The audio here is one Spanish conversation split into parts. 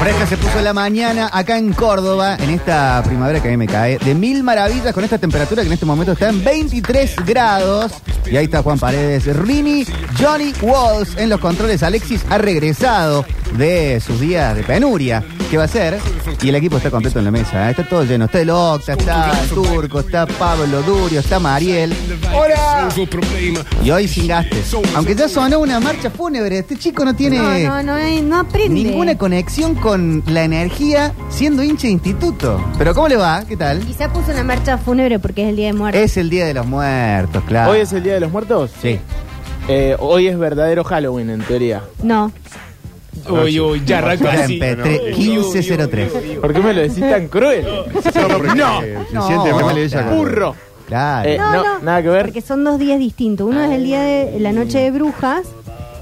Fresca se puso la mañana acá en Córdoba, en esta primavera que a mí me cae, de mil maravillas con esta temperatura que en este momento está en 23 grados. Y ahí está Juan Paredes Rini, Johnny Walls en los controles. Alexis ha regresado de sus días de penuria. ¿Qué va a hacer? Y el equipo está completo en la mesa, ¿eh? está todo lleno. Está el Octa, está el Turco, está Pablo Durio, está Mariel. ¡Hola! Y hoy sin gastes. Aunque ya sonó una marcha fúnebre, este chico no tiene... No, no, no, eh, no aprende. Ninguna conexión con la energía siendo hincha de instituto. Pero ¿cómo le va? ¿Qué tal? Quizá puso una marcha fúnebre porque es el día de muerte. Es el Día de los Muertos, claro. ¿Hoy es el Día de los Muertos? Ah. Sí. Eh, hoy es verdadero Halloween, en teoría. No. Ah, Uy, uy, ya arranca Ahora así. en Petre- 1503. ¿Por qué me lo decís tan cruel? ¡No! Se siente mal ella. ¡Burro! Claro. Eh, No, no, no, nada que ver. Porque son dos días distintos. Uno es el día de la noche de brujas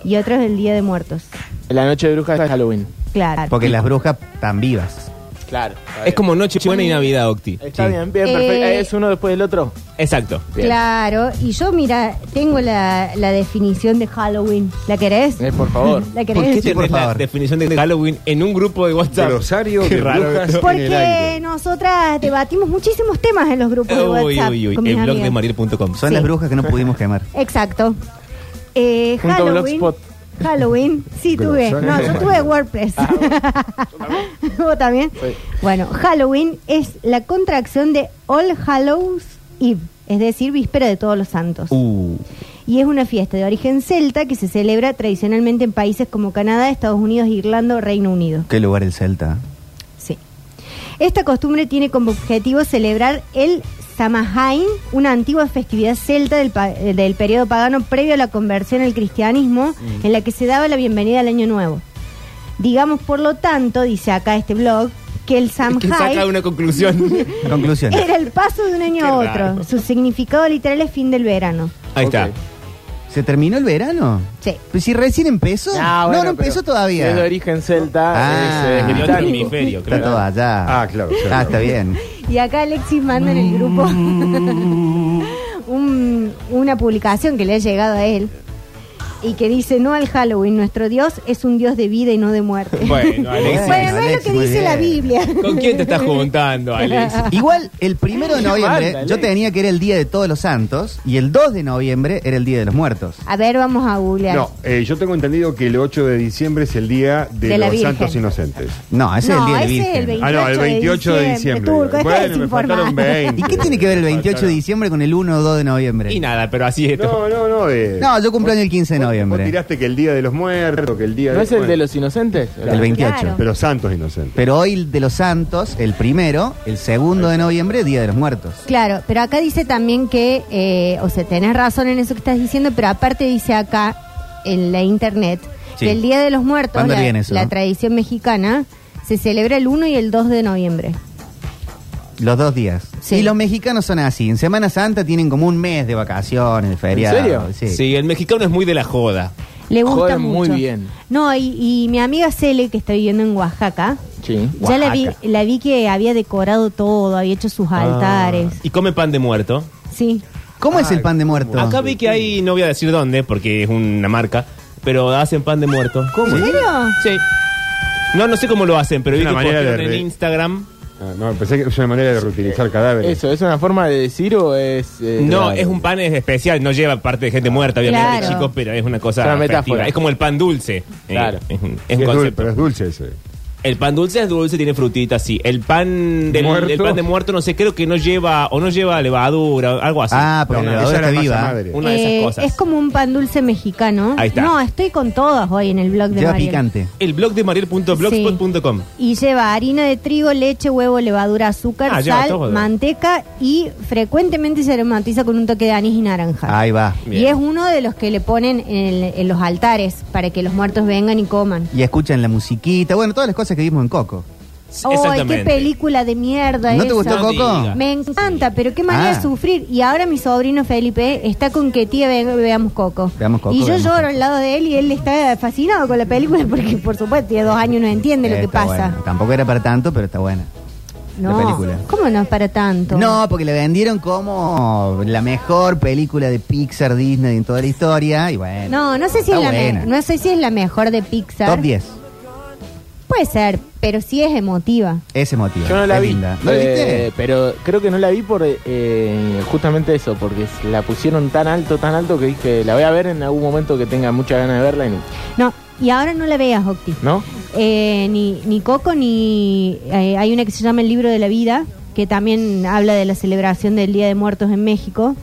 y otro es el día de muertos. La noche de brujas es Halloween. Claro. Porque las brujas están vivas. Claro. Es como Nochebuena y Navidad, Octi. Está Sí. bien, bien, Eh, perfecto. Eh, ¿Es uno después del otro? Exacto. Bien. Claro. Y yo, mira, tengo la, la definición de Halloween. ¿La querés? Eh, por favor. ¿La ¿Por querés? qué Sí, por tenés la favor. definición de Halloween en un grupo de WhatsApp? Rosario Qué de raro. Brujas en el Porque aire. nosotras debatimos muchísimos temas en los grupos de Uy, WhatsApp. uy, uy. con mis El blog amigas. de mariel.com. Son Sí. las brujas que no pudimos quemar. Exacto. Eh, Punto Halloween. blogspot. Halloween, sí tuve. No, yo tuve WordPress. ¿Vos también? Sí. Bueno, Halloween es la contracción de All Hallows Eve, es decir, víspera de todos los santos. Uh, Y es una fiesta de origen celta que se celebra tradicionalmente en países como Canadá, Estados Unidos, Irlanda o Reino Unido. qué lugar el Celta. Sí. Esta costumbre tiene como objetivo celebrar el Samhain, una antigua festividad celta del, pa- eh, del periodo pagano previo a la conversión al cristianismo, Mm. en la que se daba la bienvenida al Año Nuevo. Digamos, por lo tanto, dice acá este blog, que el Que saca Samhain una conclusión. Conclusión. era el paso de un año a Qué otro. raro. Su significado literal es fin del verano. Ahí Ok. está. ¿Se terminó el verano? Sí. Pues si recién empezó. No, bueno, no empezó pero todavía. Es de origen celta. Ah. es, eh, En el otro británico. hemisferio, Está todo allá. Ah, claro, claro. Ah, está bien. Y acá Alexis manda en el grupo Mm. un- una publicación que le ha llegado a él y que dice, no al Halloween, nuestro Dios es un Dios de vida y no de muerte. Bueno, Bueno, Alexis. no es lo Alexis, que muy dice la bien. Biblia. ¿Con quién te estás juntando, Alexis? Igual, el primero de Qué noviembre banda, yo Ley. tenía que era el Día de Todos los Santos y el 2 de noviembre era el Día de los Muertos. A ver, vamos a googlear. No, eh, yo tengo entendido que el 8 de diciembre es el día de, De la los Virgen. santos inocentes. No, ese es el Día No, de la ese es Virgen. el 20. Ah, no, el 28 de diciembre. Turco, estás bueno, me desinformado. faltaron 20. ¿Y qué tiene que ver el 28 de diciembre con el 1 o 2 de noviembre? Y nada, pero así es esto. No, no, no. de- No, yo cumplo el 15 de vos- Vos noviembre. tiraste que el día de los muertos, que el día ¿No es el bueno, de los inocentes? El 28. Claro. de los santos inocentes. Pero hoy el de los santos, el primero, el segundo de noviembre, Día de los Muertos. Claro, pero acá dice también que, eh, o sea, tenés razón en eso que estás diciendo, pero aparte dice acá en la internet Sí. que el Día de los Muertos, ¿Cuándo la, viene eso? ¿eh? la tradición mexicana, se celebra el 1 y el 2 de noviembre. Los dos días. Sí. Y los mexicanos son así. En Semana Santa tienen como un mes de vacaciones, de feriado. serio? Sí. Sí, el mexicano es muy de la joda. Le gusta Joden muy mucho. bien. No, y, y mi amiga Cele, que está viviendo en Oaxaca, Sí. ya la vi, Oaxaca. la vi que había decorado todo, había hecho sus Ah. altares. Y come pan de muerto. Sí. ¿Cómo es el pan de muerto? Acá vi que hay, no voy a decir dónde, porque es una marca, pero hacen pan de muerto. ¿Cómo? ¿En serio? Sí. No, no sé cómo lo hacen, pero Es vi que una manera postearon de en re- Instagram. Ah, no, pensé que es una manera de reutilizar cadáveres. Eso, ¿es una forma de decir o es...? eh, No, claro? es un pan es especial, no lleva parte de gente muerta, obviamente, Claro. chicos, pero es una cosa Es una afectiva. metáfora. Es como el pan dulce. Eh, Claro. Es, un- es Sí, un es dulce, concepto. pero es dulce ese. El pan dulce es dulce, tiene frutita, sí. El pan del Muerto. el pan de muerto, no sé, creo que no lleva, o no lleva levadura, algo así. Ah, porque No, la levadura esa está era masa viva. madre. Una de Eh, esas cosas. Es como un pan dulce mexicano. Ahí está. No, estoy con todas hoy en el blog de Lleva Mariel. picante. El blog de mariel.blogspot.com. Y lleva harina de trigo, leche, huevo, levadura, azúcar, Ah, lleva sal, todo. manteca y frecuentemente se aromatiza con un toque de anís y naranja. Ahí va. Bien. Y es uno de los que le ponen en, en los altares para que los muertos vengan y coman. Y escuchan la musiquita. Bueno, todas las cosas que vimos en Coco. ¡Ay, qué película de mierda ¿No esa! te gustó No Coco? diga. Me encanta, pero qué manera Ah. de sufrir. Y ahora mi sobrino Felipe está con que tía ve- veamos Coco. Veamos Coco, Y yo veamos lloro Coco. al lado de él y él está fascinado con la película porque, por supuesto, tiene dos años no entiende lo Eh, que está pasa. buena. Tampoco era para tanto, pero está buena. la No, película. ¿cómo no es para tanto? No, porque le vendieron como la mejor película de Pixar, Disney en toda la historia. Y bueno. No, no sé si, está es la, me- buena. no sé si es la mejor de Pixar. Top 10. Puede ser, pero sí es emotiva. Ese motivo. Yo no la Es vi. linda. ¿No la Eh, viste? pero creo que no la vi por eh, justamente eso, porque la pusieron tan alto, tan alto que dije, la voy a ver en algún momento que tenga muchas ganas de verla, y, No, y ahora no la veas, Octi. ¿no? Eh, ni, ni Coco, ni. eh, hay una que se llama El libro de la vida, que también habla de la celebración del Día de Muertos en México.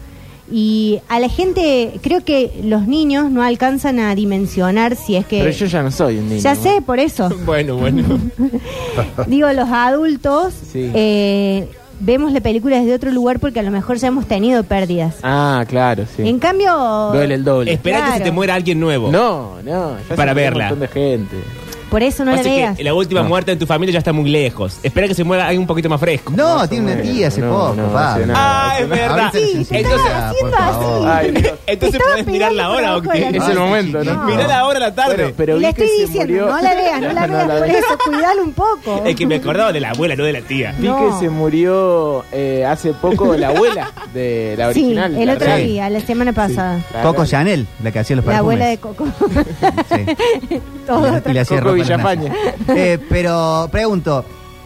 Y a la gente, creo que los niños no alcanzan a dimensionar si es que. Pero yo ya no soy un niño. ya sé, por eso. Bueno, bueno. Digo, los adultos Sí. eh, vemos la película desde otro lugar porque a lo mejor ya hemos tenido pérdidas. Ah, claro, sí. En cambio. Duele el doble. Espera que se Claro. te muera alguien nuevo. No, no. ya se Para murió verla. Un montón de gente. Por eso no la Pasa que veas. la última muerte en tu familia ya está muy lejos. Espera que se muera alguien un poquito más fresco. No, tiene una tía hace No, poco, no, Pablo. hace nada. Ah, es verdad. Ahorita Sí, les te Entonces- enseñaba, por estaba haciendo así. favor. Ay, Dios. Entonces Estaba podés mirar la hora, pegando Octi. con la Es el mano. momento, ¿no? Mirá Mirá la hora de la tarde. Ah, Bueno, pero Y vi le que estoy se diciendo, murió- no la veas, no la veas, la por vi. eso cuidalo un poco. Es que me acordaba de la abuela, no de la tía. Vi No. que se murió eh, hace poco la abuela de la Sí, original. el la otro real. día, la semana pasada. La Coco real. Chanel, la que hacía los La perfumes. abuela de Coco. Sí. Todo Y le- otra y le hacía Coco ropa a la Villafañe. NASA. Eh, pero pregunto,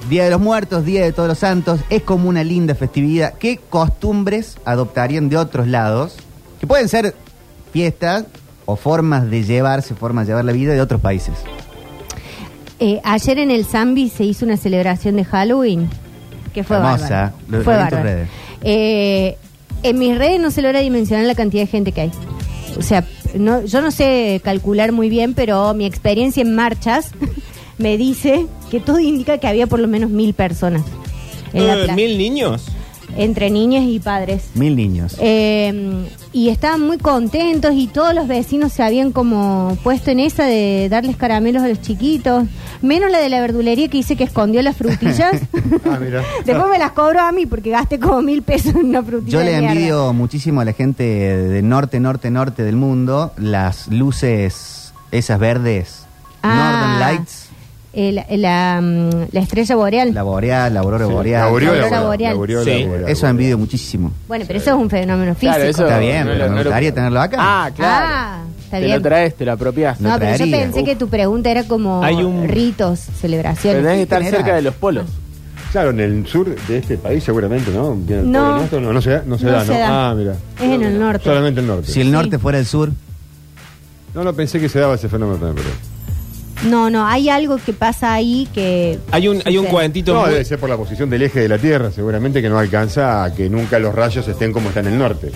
Día de los Muertos, Día de Todos los Santos, es como una linda festividad. ¿Qué costumbres adoptarían de otros lados? Que pueden ser fiestas o formas de llevarse, formas de llevar la vida de otros países. Eh, ayer en el Zambi se hizo una celebración de Halloween que fue Hermosa. bárbara. Lo- lo fue vi en tus bárbara. redes. Eh, en mis redes no se logra dimensionar la cantidad de gente que hay. O sea, no, yo no sé calcular muy bien, pero mi experiencia en marchas me dice que todo indica que había por lo menos mil personas en la Eh, plaza, ¿Mil niños? entre niñas y padres. Mil niños. Eh, y estaban muy contentos y todos los vecinos se habían como puesto en esa de darles caramelos a los chiquitos, menos la de la verdulería que dice que escondió las frutillas. Ah, mira. Después me las cobró a mí porque gasté como mil pesos en una frutilla. Yo de le mierda. envidio muchísimo a la gente de norte, norte, norte del mundo las luces esas verdes. Ah. Northern Lights, Eh, la, la, mm, la estrella boreal. la boreal, la aurora boreal. La aureola, Aurora la boreal. aureola, Sí. la aureola. Eso envidio muchísimo. Bueno, pero eso es un fenómeno físico. Claro, eso- Está bien, no pero lo- me no lo- gustaría tenerlo acá. Ah, claro. Ah, está te bien. lo traes, te lo apropias. lo no, pero yo traería. pensé Uf. que tu pregunta era como Hay un- ritos, Pero celebraciones. tenés que estar general. cerca de los polos. Claro, en el sur de este país seguramente, ¿no? Bien, el No. pobre nuestro, no, no se da, no se No da, se ¿no? da. Ah, mira. Es en el norte. Solamente el norte. Si el norte fuera el sur, No, no pensé que se daba ese fenómeno también, pero. No, no, hay algo que pasa ahí que... Hay un, hay un Sí. cuentito. No, muy- debe ser por la posición del eje de la Tierra, seguramente que no alcanza a que nunca los rayos estén como están en el norte.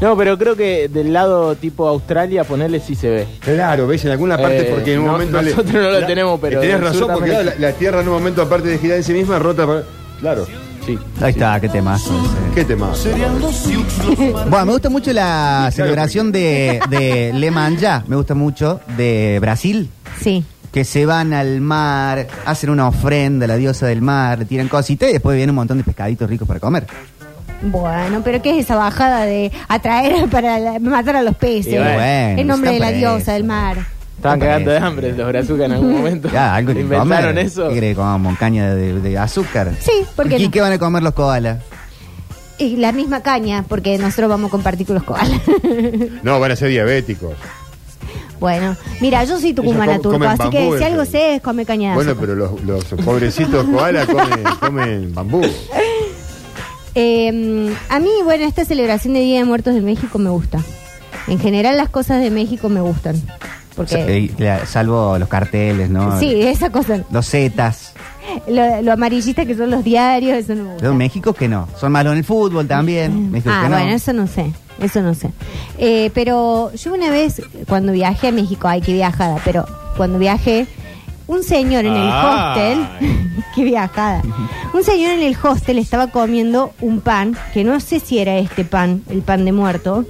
No, pero creo que del lado tipo Australia, ponerle sí se ve. Claro, ves en alguna parte Eh, porque en un no- momento. nosotros no lo tenemos, pero Tenés en razón, porque Sudamérica- claro, la, la Tierra en un momento, aparte de girar en sí misma, rota. para- Claro. Sí. ahí está, qué tema. ¿Qué tema? Bueno, me gusta mucho la celebración de, de Le Manja, me gusta mucho, de Brasil, Sí. que se van al mar, hacen una ofrenda a la diosa del mar, le tiran cositas y después viene un montón de pescaditos ricos para comer. Bueno, pero ¿qué es esa bajada de atraer para la- matar a los peces? Y bueno, en nombre de la está diosa preso. del mar. Está Estaban cagando de bien. hambre los brazucas en algún momento. Ya, algo que Inventaron comer. eso. ¿Qué crees? Como caña de, de azúcar. Sí, ¿por qué ¿Y no? qué van a comer los koalas? Y la misma caña, porque nosotros vamos con partículas koala. No, van a ser diabéticos. bueno, mira, yo soy tucumana Ellos com- turco, comen así que bambú, si algo ellos. sé es come caña de Bueno, azúcar. pero los, los pobrecitos koalas comen, comen bambú. Eh, a mí, bueno, esta celebración de Día de Muertos de México me gusta. En general las cosas de México me gustan. Porque- Sa- eh, la- salvo los carteles, ¿no? Sí, esa cosa. Los Zetas. Lo, lo amarillista que son los diarios, eso no me gusta. De México que no. Son malos en el fútbol también. México ah, que no. bueno, eso no sé, eso no sé. Eh, pero yo una vez, cuando viajé a México, ay, qué viajada, pero cuando viajé, un señor en el Ay. hostel, qué viajada, un señor en el hostel estaba comiendo un pan, que no sé si era este pan, el pan de muerto.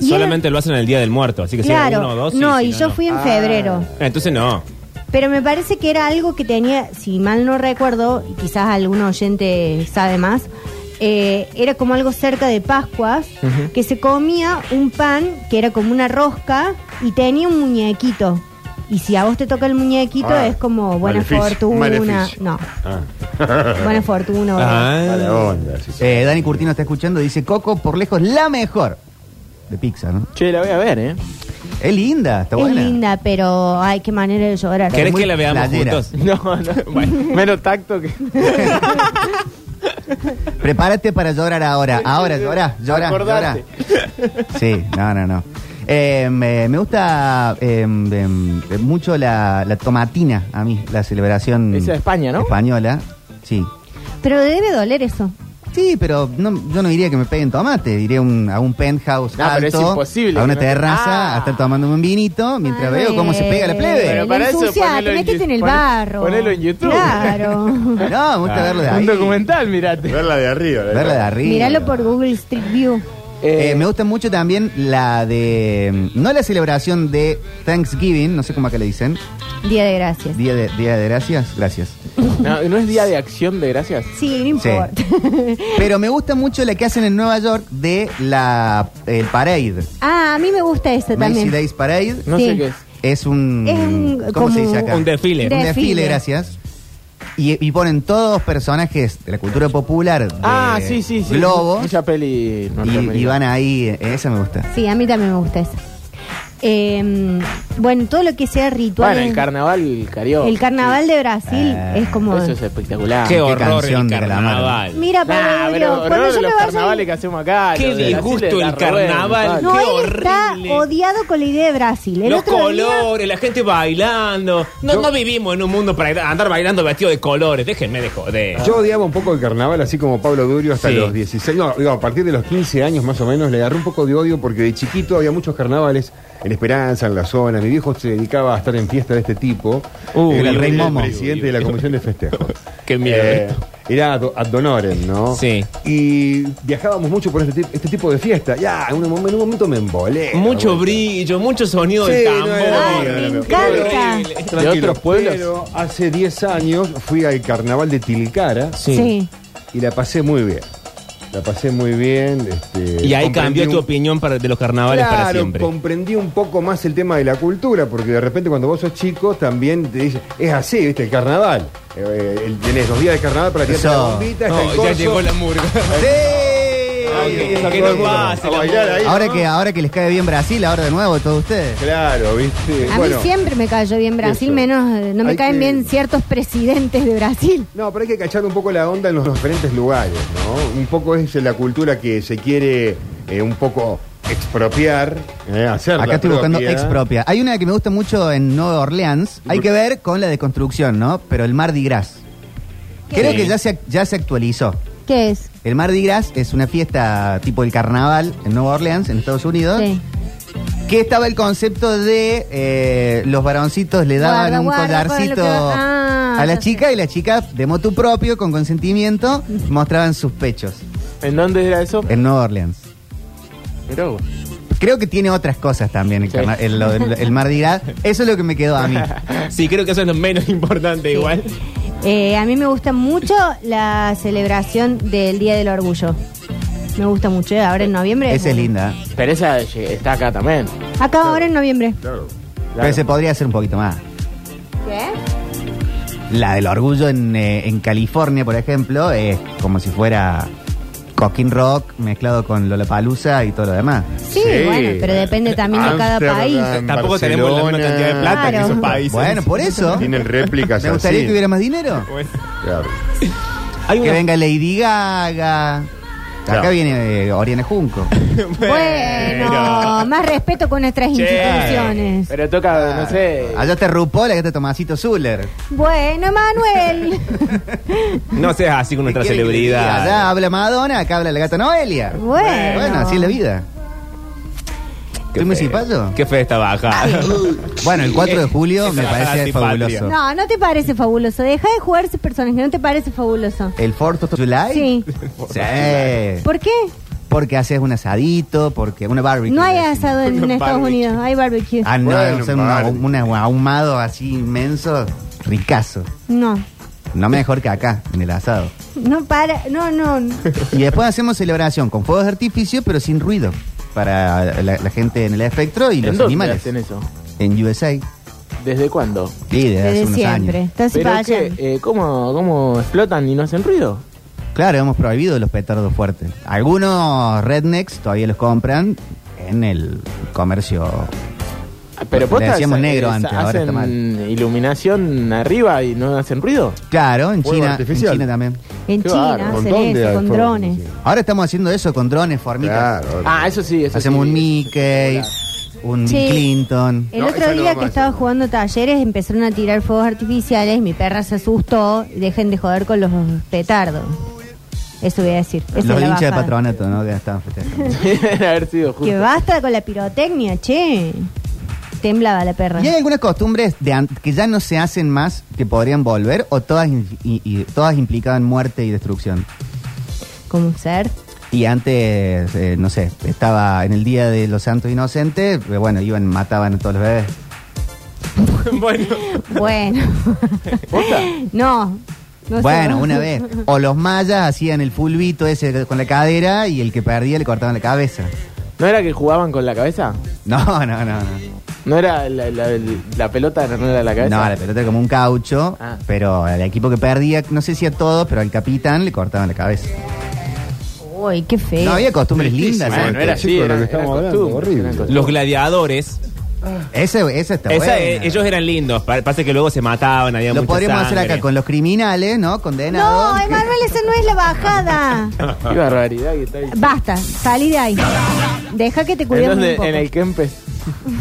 Y era- Solamente lo hacen el día del muerto, así que si era uno o claro, dos. sí, no, si y yo no. fui en febrero. Ah, Entonces no. Pero me parece que era algo que tenía, si mal no recuerdo, y quizás algún oyente sabe más, eh, era como algo cerca de Pascuas, que se comía un pan que era como una rosca y tenía un muñequito. Y si a vos te toca el muñequito Ah, es como buena maleficio, fortuna. maleficio. No, Ah. buena Ah, fortuna. Ah, bueno. Mala onda. sí, sí. Eh, Dani Curtino está escuchando, dice Coco, por lejos, la mejor. De pizza, ¿no? Che, la voy a ver, ¿eh? Es linda, está es buena. linda, pero ay, qué manera de llorar. ¿Querés muy que la veamos playera. juntos? No, no, bueno, menos tacto que. Prepárate para llorar ahora. Ahora, llora, llora, Acordate. llora. Sí, no, no, no. Eh, me, me gusta eh, em, mucho la, la tomatina a mí, la celebración Esa de España, ¿no? española. Sí. Pero debe doler eso. Sí, pero no, yo no diría que me peguen tomate, diré un- a un penthouse No, pero es alto, imposible a que una no- terraza, Ah. a estar tomando un vinito, mientras Ay, veo cómo se pega la Pero plebe. para eso ponelo te en metiste en el Yu- pon- barro. ponelo en YouTube. Claro. No, me gusta verlo de ahí. Un documental, mirate. Verla de arriba. la Verlo de arriba. Míralo por Google Street View. Eh, me gusta mucho también la de. mm, No la celebración de Thanksgiving, no sé cómo acá le dicen. Día de gracias. Día de, día de gracias, gracias. No, ¿no es día de acción de gracias. Sí, no importa. Pero me gusta mucho la que hacen en Nueva York de la el parade. ah, a mí me gusta esa Macy también. Days Parade. No Sí. sé qué es. Es un. Es un- ¿Cómo como se dice acá? un desfile. Un Desfile. desfile, gracias. Y, y ponen todos personajes de la cultura popular. de Ah, sí, sí, sí. Globos. Mucha peli Y, y van ahí. eh, Esa me gusta. Sí, a mí también me gusta esa. Eh, bueno, todo lo que sea ritual. Bueno, el carnaval carioca. el carnaval de Brasil Ah, es como. Eso es espectacular. Ah, Qué horror canción el de Calamaro. carnaval. Mira, Nah, Pablo, pero cuando horror yo de me los vaya- carnavales que hacemos acá. Qué los de Brasil, disgusto de la el Rubén, carnaval. tal. No, Qué él está horrible. odiado con la idea de Brasil. El Los otro día- colores, la gente bailando. No, no vivimos en un mundo para andar bailando vestido de colores. Déjenme de joder. Yo odiaba un poco el carnaval, así como Pablo Durio hasta Sí. los 16. No, digo, a partir de los 15 años más o menos le agarré un poco de odio porque de chiquito había muchos carnavales en Esperanza, en la zona. Mi viejo se dedicaba a estar en fiestas de este tipo. Uh, era el Rey Momo. presidente de la comisión de festejos. Qué miedo Eh, esto. era ad, ad honorem, ¿no? Sí. Y viajábamos mucho por este, tip- este tipo de fiesta. Ya, en un, mom- en un momento me embolé. Mucho Bueno. brillo, mucho sonido Sí, del no tambor. era Ay, mío, me no, encanta. Horrible. Tranquilo, ¿De otros pueblos? pero hace 10 años fui al carnaval de Tilcara Sí. y la pasé muy bien. La pasé muy bien. este, Y ahí comprendí cambió un- tu opinión para- de los carnavales Claro, para siempre. comprendí un poco más el tema de la cultura, porque de repente cuando vos sos chico también te dicen, es así, ¿viste? El carnaval. Eh, el- tenés los días de carnaval para tirarte Eso. la bombita, está el No, ya corso. llegó la murga. ¡Sí! Empieza que todo no el mundo pase a la bailar moda. ahí, Ahora ¿no? que, ahora que les cae bien Brasil, ahora de nuevo todos ustedes. Claro, ¿viste? A Bueno. mí siempre me cayó bien Brasil, Eso. menos. eh, No me Hay caen que- bien ciertos presidentes de Brasil. No, pero hay que cachar un poco la onda en los diferentes lugares, ¿no? Un poco es la cultura que se quiere eh, un poco expropiar, eh, hacerla Acá estoy buscando propia. expropia. Hay una que me gusta mucho en Nueva Orleans. Hay que ver con la deconstrucción, ¿no? Pero el Mardi Gras. Creo Sí. que ya se, ya se actualizó. ¿Qué es? El Mardi Gras es una fiesta tipo el carnaval en Nueva Orleans, en Estados Unidos. Sí. Que estaba el concepto de eh, los varoncitos le daban Guarda, un guarda, collarcito guarda lo que- Ah, a la ya chica y la chica, de motu propio, con consentimiento, mostraban sus pechos ¿En dónde era eso? en Nueva Orleans. Eh, Mirá vos. Creo que tiene otras cosas también el, Sí. carna- el- lo del- el Mardi Gras. Eso es lo que me quedó a mí. Sí, creo que eso es lo menos importante igual. Eh, a mí me gusta mucho la celebración del Día del Orgullo. Me gusta mucho. eh, Ahora en noviembre. Esa es bueno. linda. ¿eh? Pero esa lleg- está acá también. Acá ahora en noviembre. Claro. Pero se podría hacer un poquito más. ¿Qué? La del orgullo en, eh, en California, por ejemplo, es como si fuera Coquín Rock mezclado con Lollapalooza y todo lo demás. Sí, bueno, pero depende también de cada Ámsterdam, país. Tampoco tenemos la misma Barcelona. cantidad de plata que Claro. esos países. Bueno, por eso. Tienen réplicas Me gustaría así. que hubiera más dinero. Bueno. Claro. Hay Que una- venga Lady Gaga. Acá No. viene eh, Oriana Junco. Bueno, más respeto con nuestras Che. instituciones. Pero toca, Ah, no sé. Allá te Rupola, acá te Tomasito Zuller. Bueno, Manuel. No seas así con nuestra ¿Qué quiere que le diga? celebridad. Allá habla Madonna, acá habla la gata Noelia. Bueno. Bueno, así es la vida. Qué ¿Estoy muy feo. simpático? Qué fe está baja. Bueno, el 4 de julio Esa me es la parece antipatria. fabuloso. No, no te parece fabuloso. Deja de jugar ese personaje, no te parece fabuloso. ¿El 4 de July? Sí. Sí. ¿Por qué? Porque haces un asadito, porque una barbecue. No hay decimos. asado en Una Estados barbecue. Unidos, hay barbecue. Ah, no, Bueno, es un, barbecue. un ahumado así inmenso, ricazo. No. No mejor que acá, en el asado. No para, no, no. Y después hacemos celebración con fuegos de artificio, pero sin ruido. Para la, la gente en el espectro y ¿En los dónde animales. hacen eso? En USA. Sí, ¿Desde cuándo? desde, hace Desde unos siempre. años. Estás Pero para qué, eh, ¿cómo, ¿Cómo explotan y no hacen ruido? Claro, hemos prohibido los petardos fuertes. Algunos rednecks todavía los compran en el comercio. Ah, Le Pero posta, decíamos eh, negro eh, antes, ahora hacen está mal. iluminación arriba y no hacen ruido. Claro, en Fuego China, en artificial. China también. En Qué China bárbaro. hacen Montón de eso, con formas, drones. sí. Ahora estamos haciendo eso con drones, formitas. Claro. Ah, eso sí, eso Hacemos sí. un Mickey, un Sí. Clinton. El No, otro esa no día vamos que a estaba hacer. jugando talleres empezaron a tirar fuegos artificiales, mi perra se asustó, dejen de joder con los petardos. Eso voy a decir. Esa es Los la hinchas de bajada. patronato, ¿no? Que estaban festejando. haber sido justo. Que basta con la pirotecnia, che. Temblaba la perra. ¿Y hay algunas costumbres de an- que ya no se hacen más que podrían volver o todas, in- y- y- todas implicaban muerte y destrucción? Como un ser. Y antes, eh, no sé, estaba en el Día de los Santos Inocentes, pero bueno, iban, mataban a todos los bebés. bueno, Bueno. no. no se bueno, va. una vez. O los mayas hacían el fulbito ese con la cadera y el que perdía le cortaban la cabeza. ¿No era que jugaban con la cabeza? No, no, no, no. ¿No era la, la- la pelota, no era la cabeza? No, la pelota era como un caucho, Ah. pero el equipo que perdía, no sé si a todos, pero al capitán le cortaban la cabeza. Uy, qué feo. No había costumbres Tristísimo. lindas. Bueno, ¿eh? Ah, era Chicos, así, lo era, que era estamos hablando, costumbre, horrible. era costumbre. los gladiadores. Ese, ese está esa, buena. e, eh, ellos eran lindos. Pa- Pasa que luego se mataban, había Lo mucha podríamos sangre. hacer acá con los criminales, ¿no? Condenados. No, Emanuel, esa no es la bajada. Qué barbaridad que está ahí. Basta, salí de ahí. Deja que te cuidemos un Entonces, poco. en el Kempes.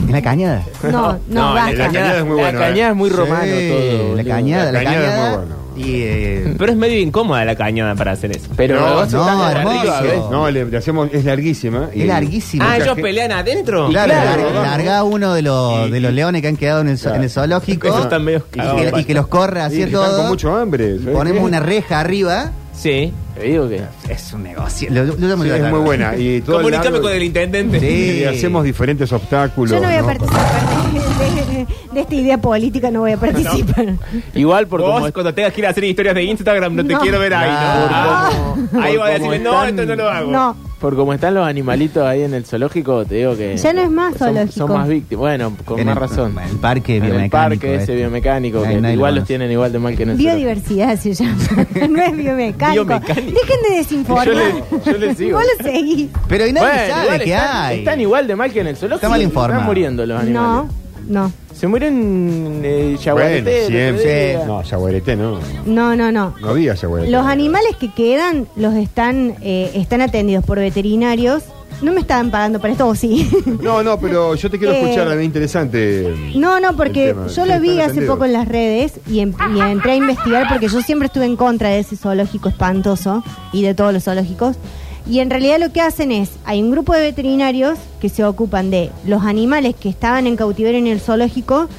En la cañada. No, no, No, en el basta. cañada es muy la bueno, cañada eh. es muy Sí, romano todo. La boludo. cañada, la La cañada es cañada. muy bueno. Y, eh, Pero es medio incómoda la cañada para hacer eso. Pero No, vos no, estás arriba, hermoso. ¿ves? No, le, le hacemos, es larguísima. y- es larguísimo. ah, mucha ellos gente- pelean adentro. Claro, claro, lar- vamos. larga uno de los, de los leones que han quedado en el, zo- en el zoológico Esos están medio y, cagados, que, y que los corre y así a están todos. con mucho hambre. ¿eh? Y ¿sabes ponemos qué? una reja arriba. Sí. Te digo que. Es un negocio. Lo- lo- lo llamo Sí, yo es tarde. muy buena. Y todo el Comunicame largo- con el intendente. Sí, hacemos diferentes obstáculos. Yo no voy a ¿no? participar de, de- de esta idea política, no voy a participar. Igual por Vos, como es- cuando tengas que ir a hacer historias de Instagram, no te No. quiero ver ahí. ¿no? Ah, por ahí cómo- va a por cómo decirme, no, están- esto no lo hago. No, Por como están los animalitos ahí en el zoológico, te digo que. Ya no es más son- zoológico. Son más víctimas. Bueno, con En más el- razón. en el parque En el biomecánico parque este. ese biomecánico. Ahí nadie que lo igual los conoce. tienen igual de mal que en el zoológico. biodiversidad se llama. No es biomecánico. Biomecánico. Dejen de desinformar. Yo le- yo le sigo. Vos lo seguís. Pero y nadie Bueno, sabe igual qué están, hay. están igual de mal que en el zoológico. Está mal informado. Están muriendo los No, animales. no. Se mueren eh, Bueno, yaguareté, el otro siempre. día. No, yaguareté no. No, no, no. No había yaguareté. Los animales que quedan los están eh, están atendidos por veterinarios. No me estaban pagando para esto, o sí. No, no, pero yo te quiero Eh, escuchar, es interesante. No, no, El porque tema, yo sí, lo vi están hace atendidos. poco en las redes y, em- y entré a investigar porque yo siempre estuve en contra de ese zoológico espantoso y de todos los zoológicos. Y en realidad lo que hacen es, hay un grupo de veterinarios que se ocupan de los animales que estaban en cautiverio en el zoológico,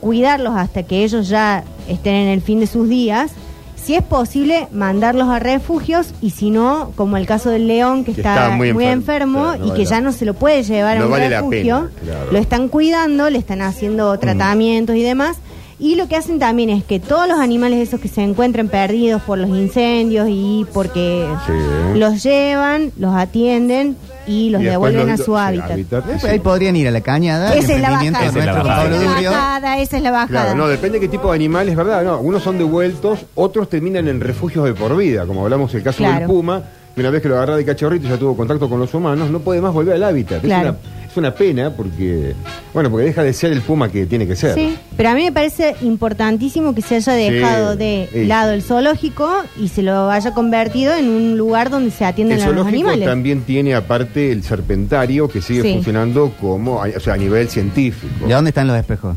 cuidarlos hasta que ellos ya estén en el fin de sus días. Si es posible, mandarlos a refugios y si no, como el caso del león que, Que está, está muy muy enfermo, enfermo, claro, no y vale que la- ya no se lo puede llevar a no un vale la refugio, pena, claro. lo están cuidando, le están Mm. haciendo tratamientos y demás. Y lo que hacen también es que todos los animales esos que se encuentran perdidos por los incendios y porque Sí. los llevan, los atienden y los Y después Ah, devuelven lo- a su sí, hábitat. Eh, sí. Ahí podrían ir a la cañada. Esa es la emprendimiento bajada. Esa es la nuestro con Esa bajada. Pablo es la Durio. bajada, esa es la bajada. Claro, no, depende de qué tipo de animal, es verdad, no. Unos son devueltos, otros terminan en refugios de por vida, como hablamos el caso Claro. del puma, que una vez que lo agarra de cachorrito y ya tuvo contacto con los humanos, no puede más volver al hábitat. Claro. Es, una, Es una pena porque, bueno, porque deja de ser el Puma que tiene que ser. Sí, pero a mí me parece importantísimo que se haya dejado Sí, de sí. lado el zoológico y se lo haya convertido en un lugar donde se atienden El a los zoológico animales. también tiene aparte el serpentario que sigue Sí. funcionando como, o sea, a nivel científico. ¿De dónde están los espejos?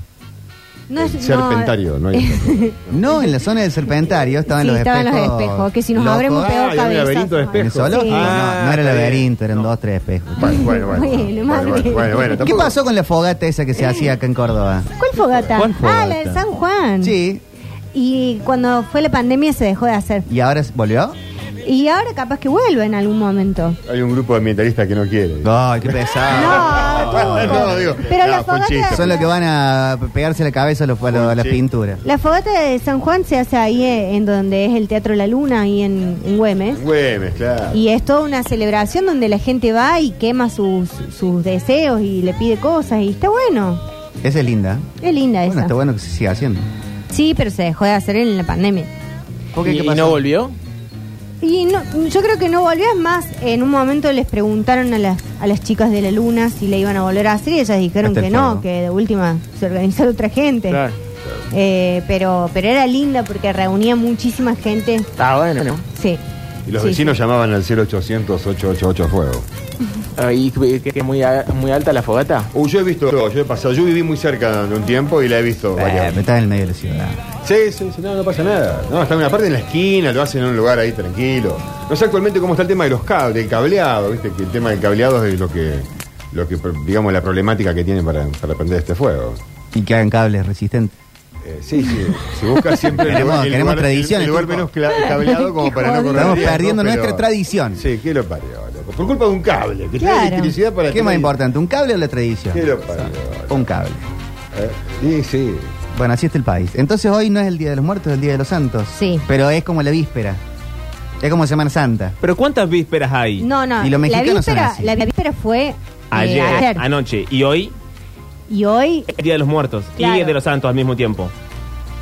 No eh, es- El serpentario, no hay otro. No, en la zona del serpentario estaban Sí, los espejos. estaban los espejos, que si nos locos. habremos pegado Ah, y un cabezas. laberinto de ¿En el espejos. zoológico? Sí. Ah, no, no era está laberinto, eran dos, tres espejos. Bueno, bueno, bueno. Bueno, Marque. ¿Qué tampoco- pasó con la fogata esa que Eh. se hacía acá en Córdoba? ¿Cuál fogata? ¿Cuál Ah, la fogata? de San Juan. Sí, Y cuando fue la pandemia se dejó de hacer. y ahora se- volvió. Y ahora capaz que vuelva en algún momento. Hay un grupo de ambientalistas que no quiere. Ay, qué pesado. No, Turco. no, digo, Pero no, la fue un fogata, chiste. Son los que van a pegarse la cabeza a, los, a los- a las Sí. pinturas. la fogata de San Juan se hace ahí eh, en donde es el Teatro La Luna, ahí en, en Güemes. Güemes, claro. Y es toda una celebración donde la gente va y quema sus, sus deseos y le pide cosas. Y está bueno. Esa es linda. Es linda Bueno, esa. está bueno que se siga haciendo. Sí, pero se dejó de hacer en la pandemia. ¿Por qué? ¿Y, ¿Qué y pasó? no volvió? Y no, yo creo que no volvió, es más, en un momento les preguntaron a las, a las chicas de la luna si le iban a volver a hacer y ellas dijeron Hasta el que no, fuego. que de última se organizara otra gente. Claro. Eh, pero, pero era linda porque reunía muchísima gente. Está bueno, ¿no? Sí. Y los Sí, vecinos llamaban al 0800-888 Fuego. Ah, ¿Y que que es muy, a- muy alta la fogata? Uh, yo he visto, yo he pasado, yo viví muy cerca durante un tiempo y la he visto Eh, varias pero veces. está en el medio de la ciudad. Sí, sí, sí, no, no pasa nada. No, está en una parte en la esquina, lo hacen en un lugar ahí tranquilo. No sé actualmente cómo está el tema de los cables, del cableado, viste, que el tema del cableado es lo que, lo que digamos, la problemática que tienen para, para prender este fuego. Y que hagan cables resistentes. Eh, sí, sí. Se busca siempre Queremos- queremos tradiciones, el lugar Turco. menos cla- cableado como para no jodido. correr. Estamos riesgo, perdiendo pero- nuestra tradición. Sí, ¿qué lo parió? loco? Por culpa de un cable. Que Claro. trae electricidad para ¿Qué que- más importante, un cable o la tradición? ¿Qué lo parió? Un cable. Eh, sí, sí. Bueno, así está el país. Entonces hoy no es el Día de los Muertos, es el Día de los Santos. Sí. Pero es como la víspera. Es como Semana Santa. Pero ¿cuántas vísperas hay? No, no, Y los la, mexicanos son víspera, así. Ah, la víspera fue eh, Ayer, ayer. anoche y hoy, Y hoy, el Día de los Muertos Claro. y el de los Santos al mismo tiempo.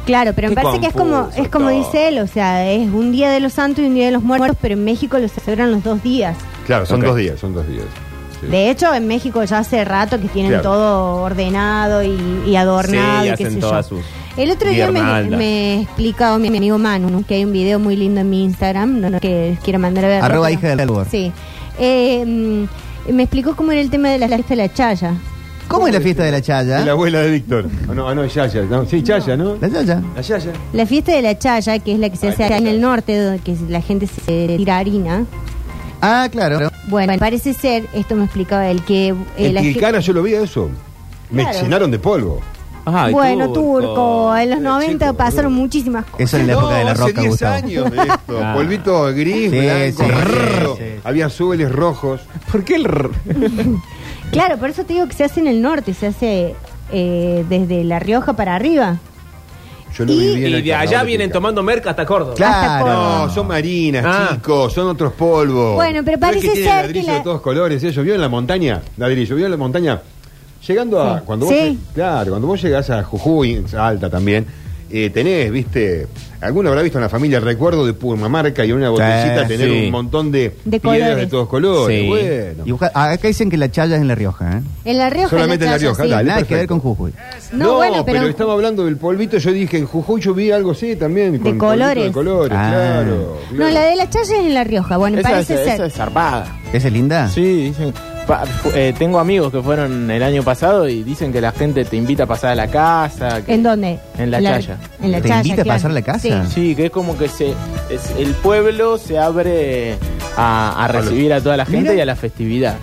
claro, pero me Qué parece que es como, confuso es como todo. dice él, o sea, es un día de los santos y un día de los muertos, pero en México los celebran los dos días. Claro, son Ok. dos días, son dos días. Sí. De hecho, en México ya hace rato que tienen Claro. todo ordenado y, y adornado Sí, y qué hacen sé todas yo. sus El otro día me, guirnaldas. me explicaba mi, mi amigo Manu ¿no? que hay un video muy lindo en mi Instagram, no, no, que quiero mandar a ver. Arroba hija del árbol. Sí. Eh, mm, me explicó cómo era el tema de la fiesta de la chaya. ¿Cómo es la fiesta de la Es La Chaya? abuela de Víctor. Ah, no, ah, no, Yaya. no, sí, Yaya, ¿no? La Chaya. La Yaya. La fiesta de la chaya, que es la que se Ah, hace acá en el norte, donde que la gente se tira harina. Ah, claro. Bueno, parece ser, esto me explicaba él, que eh, En la gente- Tilcara yo lo vi a eso. Me Claro. llenaron de polvo. Ay, Bueno, turco, en los Eh, 90 chico, pasaron boludo. muchísimas cosas. Eso es la No, época de la hace roca, 10 Gustavo. años de esto. Ah. Polvito gris, Sí, blanco, sí, amarillo. sí, sí. Había sueles rojos. ¿Por qué el Claro, por eso te digo que se hace en el norte, se hace eh, desde La Rioja para arriba. Yo lo Y- viví en Y el de allá carnaval vienen Tilcara. tomando merca hasta Córdoba. Claro. No, son marinas, Ah. chicos, son otros polvos. Bueno, pero ¿No es parece que tienen ser ladrillo que la- de todos colores, ellos vio en la montaña, ladrillo, vio en la montaña. Llegando a Sí. cuando vos, Sí. claro, cuando vos llegás a Jujuy, a Alta también, eh, tenés, viste, alguno habrá visto en la familia el recuerdo de Pumamarca y en una botellita Sí. tener un montón de, De piedras colores. de todos colores. Sí. Bueno. Y busca- ah, acá dicen que la Chaya es en La Rioja, ¿eh? En La Rioja. Solamente en La Chaya, Rioja, sí. dale. Nada que ver perfecto. con Jujuy. No, bueno, pero, estamos hablando del polvito, yo dije, en Jujuy yo vi algo así también. con polvito colores. De colores, Ah. claro. No, la de la Chaya es en La Rioja. Bueno, Esa, es- parece ser. esa es zarpada. ¿Esa es linda? Sí, dicen. pa- fu- eh, tengo amigos que fueron el año pasado y dicen que la gente te invita a pasar a la casa. que- ¿En dónde? En La Chaya. En La ¿Te Chaya, invita a claro. pasar la casa? Sí. Sí, que es como que se es- el pueblo se abre a, a recibir a toda la gente Mira. y a la festividad.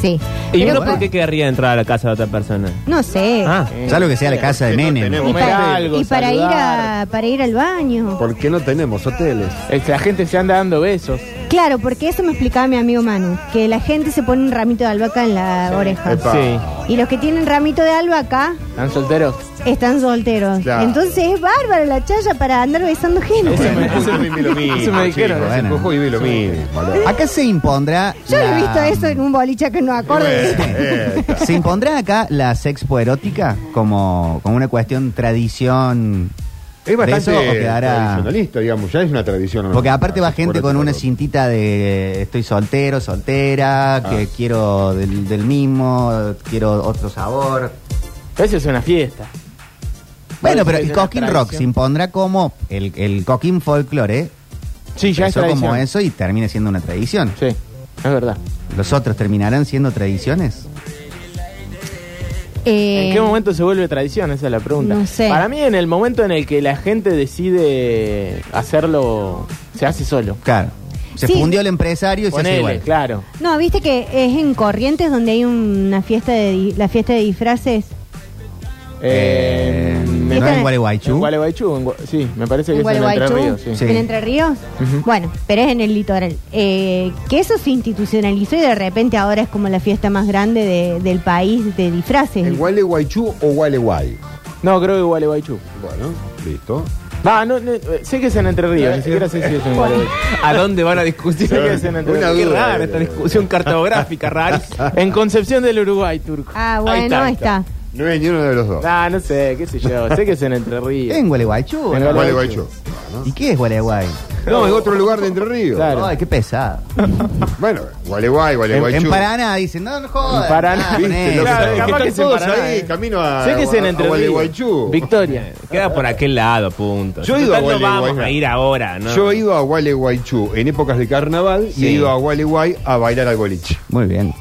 sí. ¿Y Pero uno pa- por qué querría entrar a la casa de otra persona? No sé. Ah, Eh, Salvo que sea la casa de porque no Menem. tenemos. y comer para, algo, y para ir a, saludar. para ir al baño. ¿Por qué no tenemos hoteles? es que la gente se anda dando besos. Claro, porque eso me explicaba mi amigo Manu, que la gente se pone un ramito de albahaca en la oreja. Epa. Y los que tienen ramito de albahaca ¿Están solteros? están solteros. Claro. Entonces es bárbaro la chaya para andar besando gente. Eso me- Eso me vi lo mismo, Eso me dijeron. chicos, en Ah, Bueno. Jujuy vi lo mismo. loco. Acá se impondrá. Yo la- he visto eso en un boliche que no acuerdo. Bueno, eh, ¿Se impondrá acá la sexpoerótica como, como una cuestión tradición Es bastante beso o quedará. tradicionalista, digamos, ya es una tradición. Ah, ¿no? Porque aparte va Así, por gente otro con una lado. cintita de estoy soltero, Ah. soltera, que quiero del, del mismo, quiero otro sabor. Eso es una fiesta. Bueno, Bueno, pero es el una Cosquín tradición. Rock se impondrá como el, el Cosquín Folklore. ¿eh? Sí, ya es Empezó como tradición. eso y termina siendo una tradición. Sí, es verdad. ¿Los otros terminarán siendo tradiciones? Eh, ¿En qué momento se vuelve tradición? Esa es la pregunta. No sé. Para mí, en el momento en el que la gente decide hacerlo, se hace solo. Claro. Se Sí. fundió el empresario y se hace Ponele, igual. claro. No, viste que es en Corrientes donde hay una fiesta de di- la fiesta de disfraces. Eh, Eh, ¿No me- Esta- es Gualeguaychú? en Gualeguaychú, en Gua- sí, me parece que en es en Entre Gualeguaychú, Ríos. Sí. Sí. en Entre Ríos. Ujú. Bueno, pero es en el litoral. Eh, que eso se institucionalizó y de repente ahora es como la fiesta más grande de- del país de disfraces. ¿En Gualeguaychú o Gualeguay? No, creo que Gualeguaychú. Bueno, listo. Va, no, no, eh, sé que es en Entre Ríos, ni siquiera sé si es en Gualeguaychú. ¿A dónde van a discutir? Sé que es en Entre Una Ríos. Qué duda, rara eh, esta eh, discusión cartográfica, rarísima. En Concepción del Uruguay, turco. Ah, Ahí bueno, está, ahí está. No es ni uno de los dos. Ah, no sé, qué sé yo. sé que es en Entre Ríos. En Gualeguaychú. En ¿no? Gualeguaychú. ¿Y qué es Gualeguay? No, en otro lugar de Entre Ríos. Claro. Ay, qué pesado. Bueno, Gualeguay, En, Gualeguaychú. en Paraná dicen, no, no jodas. En Paraná. Ah, ¿Viste? ponele. Lo que Claro, está- capaz están que se todos parará, ahí, eh. camino a, sé que es en a- a Entre Gualeguaychú. Ríos. Victoria. Queda por aquel lado, punto. Yo he Si ido a total, no Gualeguay. vamos a ir ahora, ¿no? Yo he ido a Gualeguaychú en épocas de carnaval y he ido a Gualeguay a bailar al boliche. Muy bien.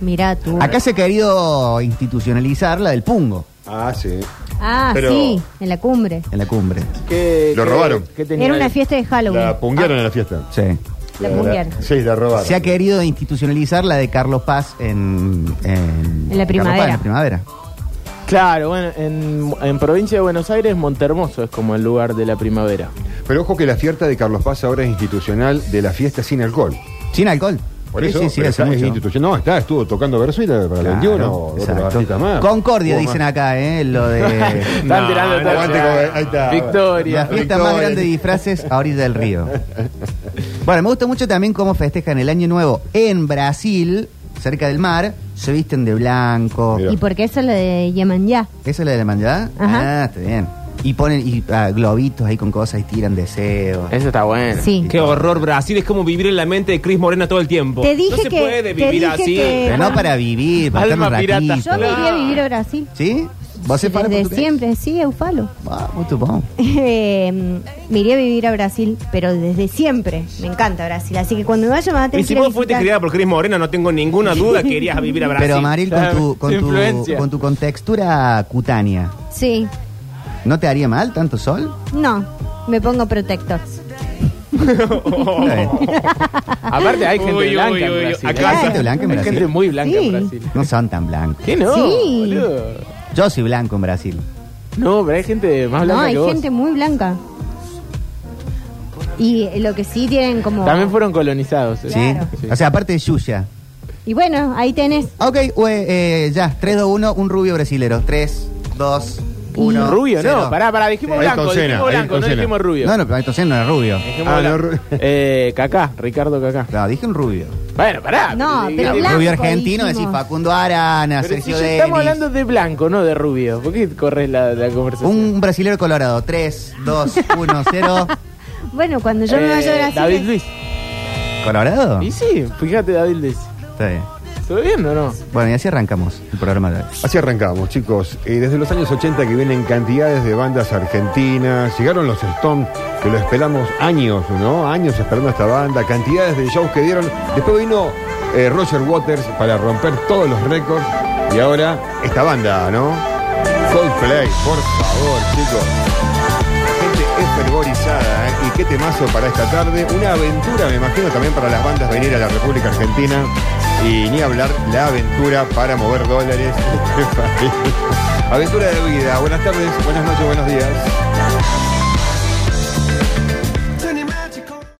Mirá tú. Acá se ha querido institucionalizar la del pungo Ah, sí. ah, pero- sí, en la cumbre. en la cumbre. ¿Qué- Lo qué- robaron. qué tenía Era ahí? una fiesta de Halloween. La punguearon en la fiesta. Sí. Ah. La punguearon. Sí, la robaron. Se ha querido institucionalizar la de Carlos Paz en, en, En la Carlos primavera. Paz en la primavera. Claro, bueno, en, en provincia de Buenos Aires, Montermoso es como el lugar de la primavera. Pero ojo que la fiesta de Carlos Paz ahora es institucional de la fiesta sin alcohol. Sin alcohol. Por Sí, eso sí, sí, pero hace está- es mucho. institucional. No, está, estuvo tocando Versuita para el Claro, 21 o otros exacto. artistas más. Concordia Hubo dicen más. acá, ¿eh? Lo de Están No, tirando no, todo. aguante con- ahí está. la Victoria. fiesta Victoria. más grande de disfraces a orilla del río. Bueno, me gusta mucho también cómo festejan el Año Nuevo en Brasil, cerca del mar, se visten de blanco. Mirá. ¿Y por qué eso es lo de Yemanyá? ¿Esa es la de la mandada? Ajá. Ah, está bien. Y ponen y, ah, globitos ahí con cosas y tiran deseos. Eso está bueno. Sí. Qué horror, Brasil. Es como vivir en la mente de Cris Morena todo el tiempo. Te dije no se que- te puede vivir dije así. que- Pero no para vivir, para Alma estar un pirata. ratito. Yo me iría a vivir a Brasil. ¿Sí? ¿Vos se para Desde siempre, sí, Eufalo. Vamos, tú, vamos. Eh, me iría a vivir a Brasil, pero desde siempre. Me encanta Brasil. Así que cuando me vaya me va a tener Y si que ir a vos fuiste visitar. criada por Cris Morena, no tengo ninguna duda que irías a vivir a Brasil. Pero Maril, con Claro, tu, con, su tu, influencia. con tu contextura cutánea, Sí. ¿no te haría mal tanto sol? No, me pongo protector. Está bien. Aparte hay gente Uy, uy, blanca en uy, Brasil. ¿eh? acá ¿Hay gente blanca en Hay Brasil? gente muy blanca Sí. en Brasil. No son tan blancos. ¿Qué no? Sí. boludo? Yo soy blanco en Brasil. No, pero hay gente más No, blanca hay que vos. gente muy blanca. Y eh, lo que sí tienen como... También fueron colonizados. eh. ¿Sí? Claro. O sea, aparte de Yuya. Y bueno, ahí tenés. Ok, ue- eh, ya. 3, 2, 1, un rubio brasilero. 3, 2, 1. Rubio, no, pará, pará, dijimos Ahí blanco, con Senna, dijimos ahí blanco, con no Senna. dijimos rubio. No, no, pero entonces no era rubio. Dijimos Ah, no, blanco. ru- Eh, Cacá, Ricardo Cacá. No, dije un rubio. Bueno, pará. No, sí, pero sí. blanco. rubio argentino, dijimos. decís Facundo Arana, Pero si Sergio ya Denis. estamos hablando de blanco, no de rubio. ¿Por qué corres la, la conversación? Un brasilero colorado. 3, 2, 1, 0. Bueno, cuando yo me Eh, vaya a Brasil... David eh, Luis. ¿Colorado? Ah. Y sí, fíjate David Luis. Está bien. ¿Todo bien o no? Bueno, y así arrancamos el programa de hoy. Así arrancamos, chicos. Eh, desde los años 80 que vienen cantidades de bandas argentinas. Llegaron los Stones, que lo esperamos años, ¿no? Años esperando a esta banda. Cantidades de shows que dieron. Después vino eh, Roger Waters para romper todos los récords. Y ahora esta banda, ¿no? Coldplay, por favor, chicos. Gente esperborizada, ¿eh? Y qué temazo para esta tarde. Una aventura, me imagino, también para las bandas venir a la República Argentina. Y ni hablar, la aventura para mover dólares. aventura de vida. Buenas tardes, buenas noches, buenos días.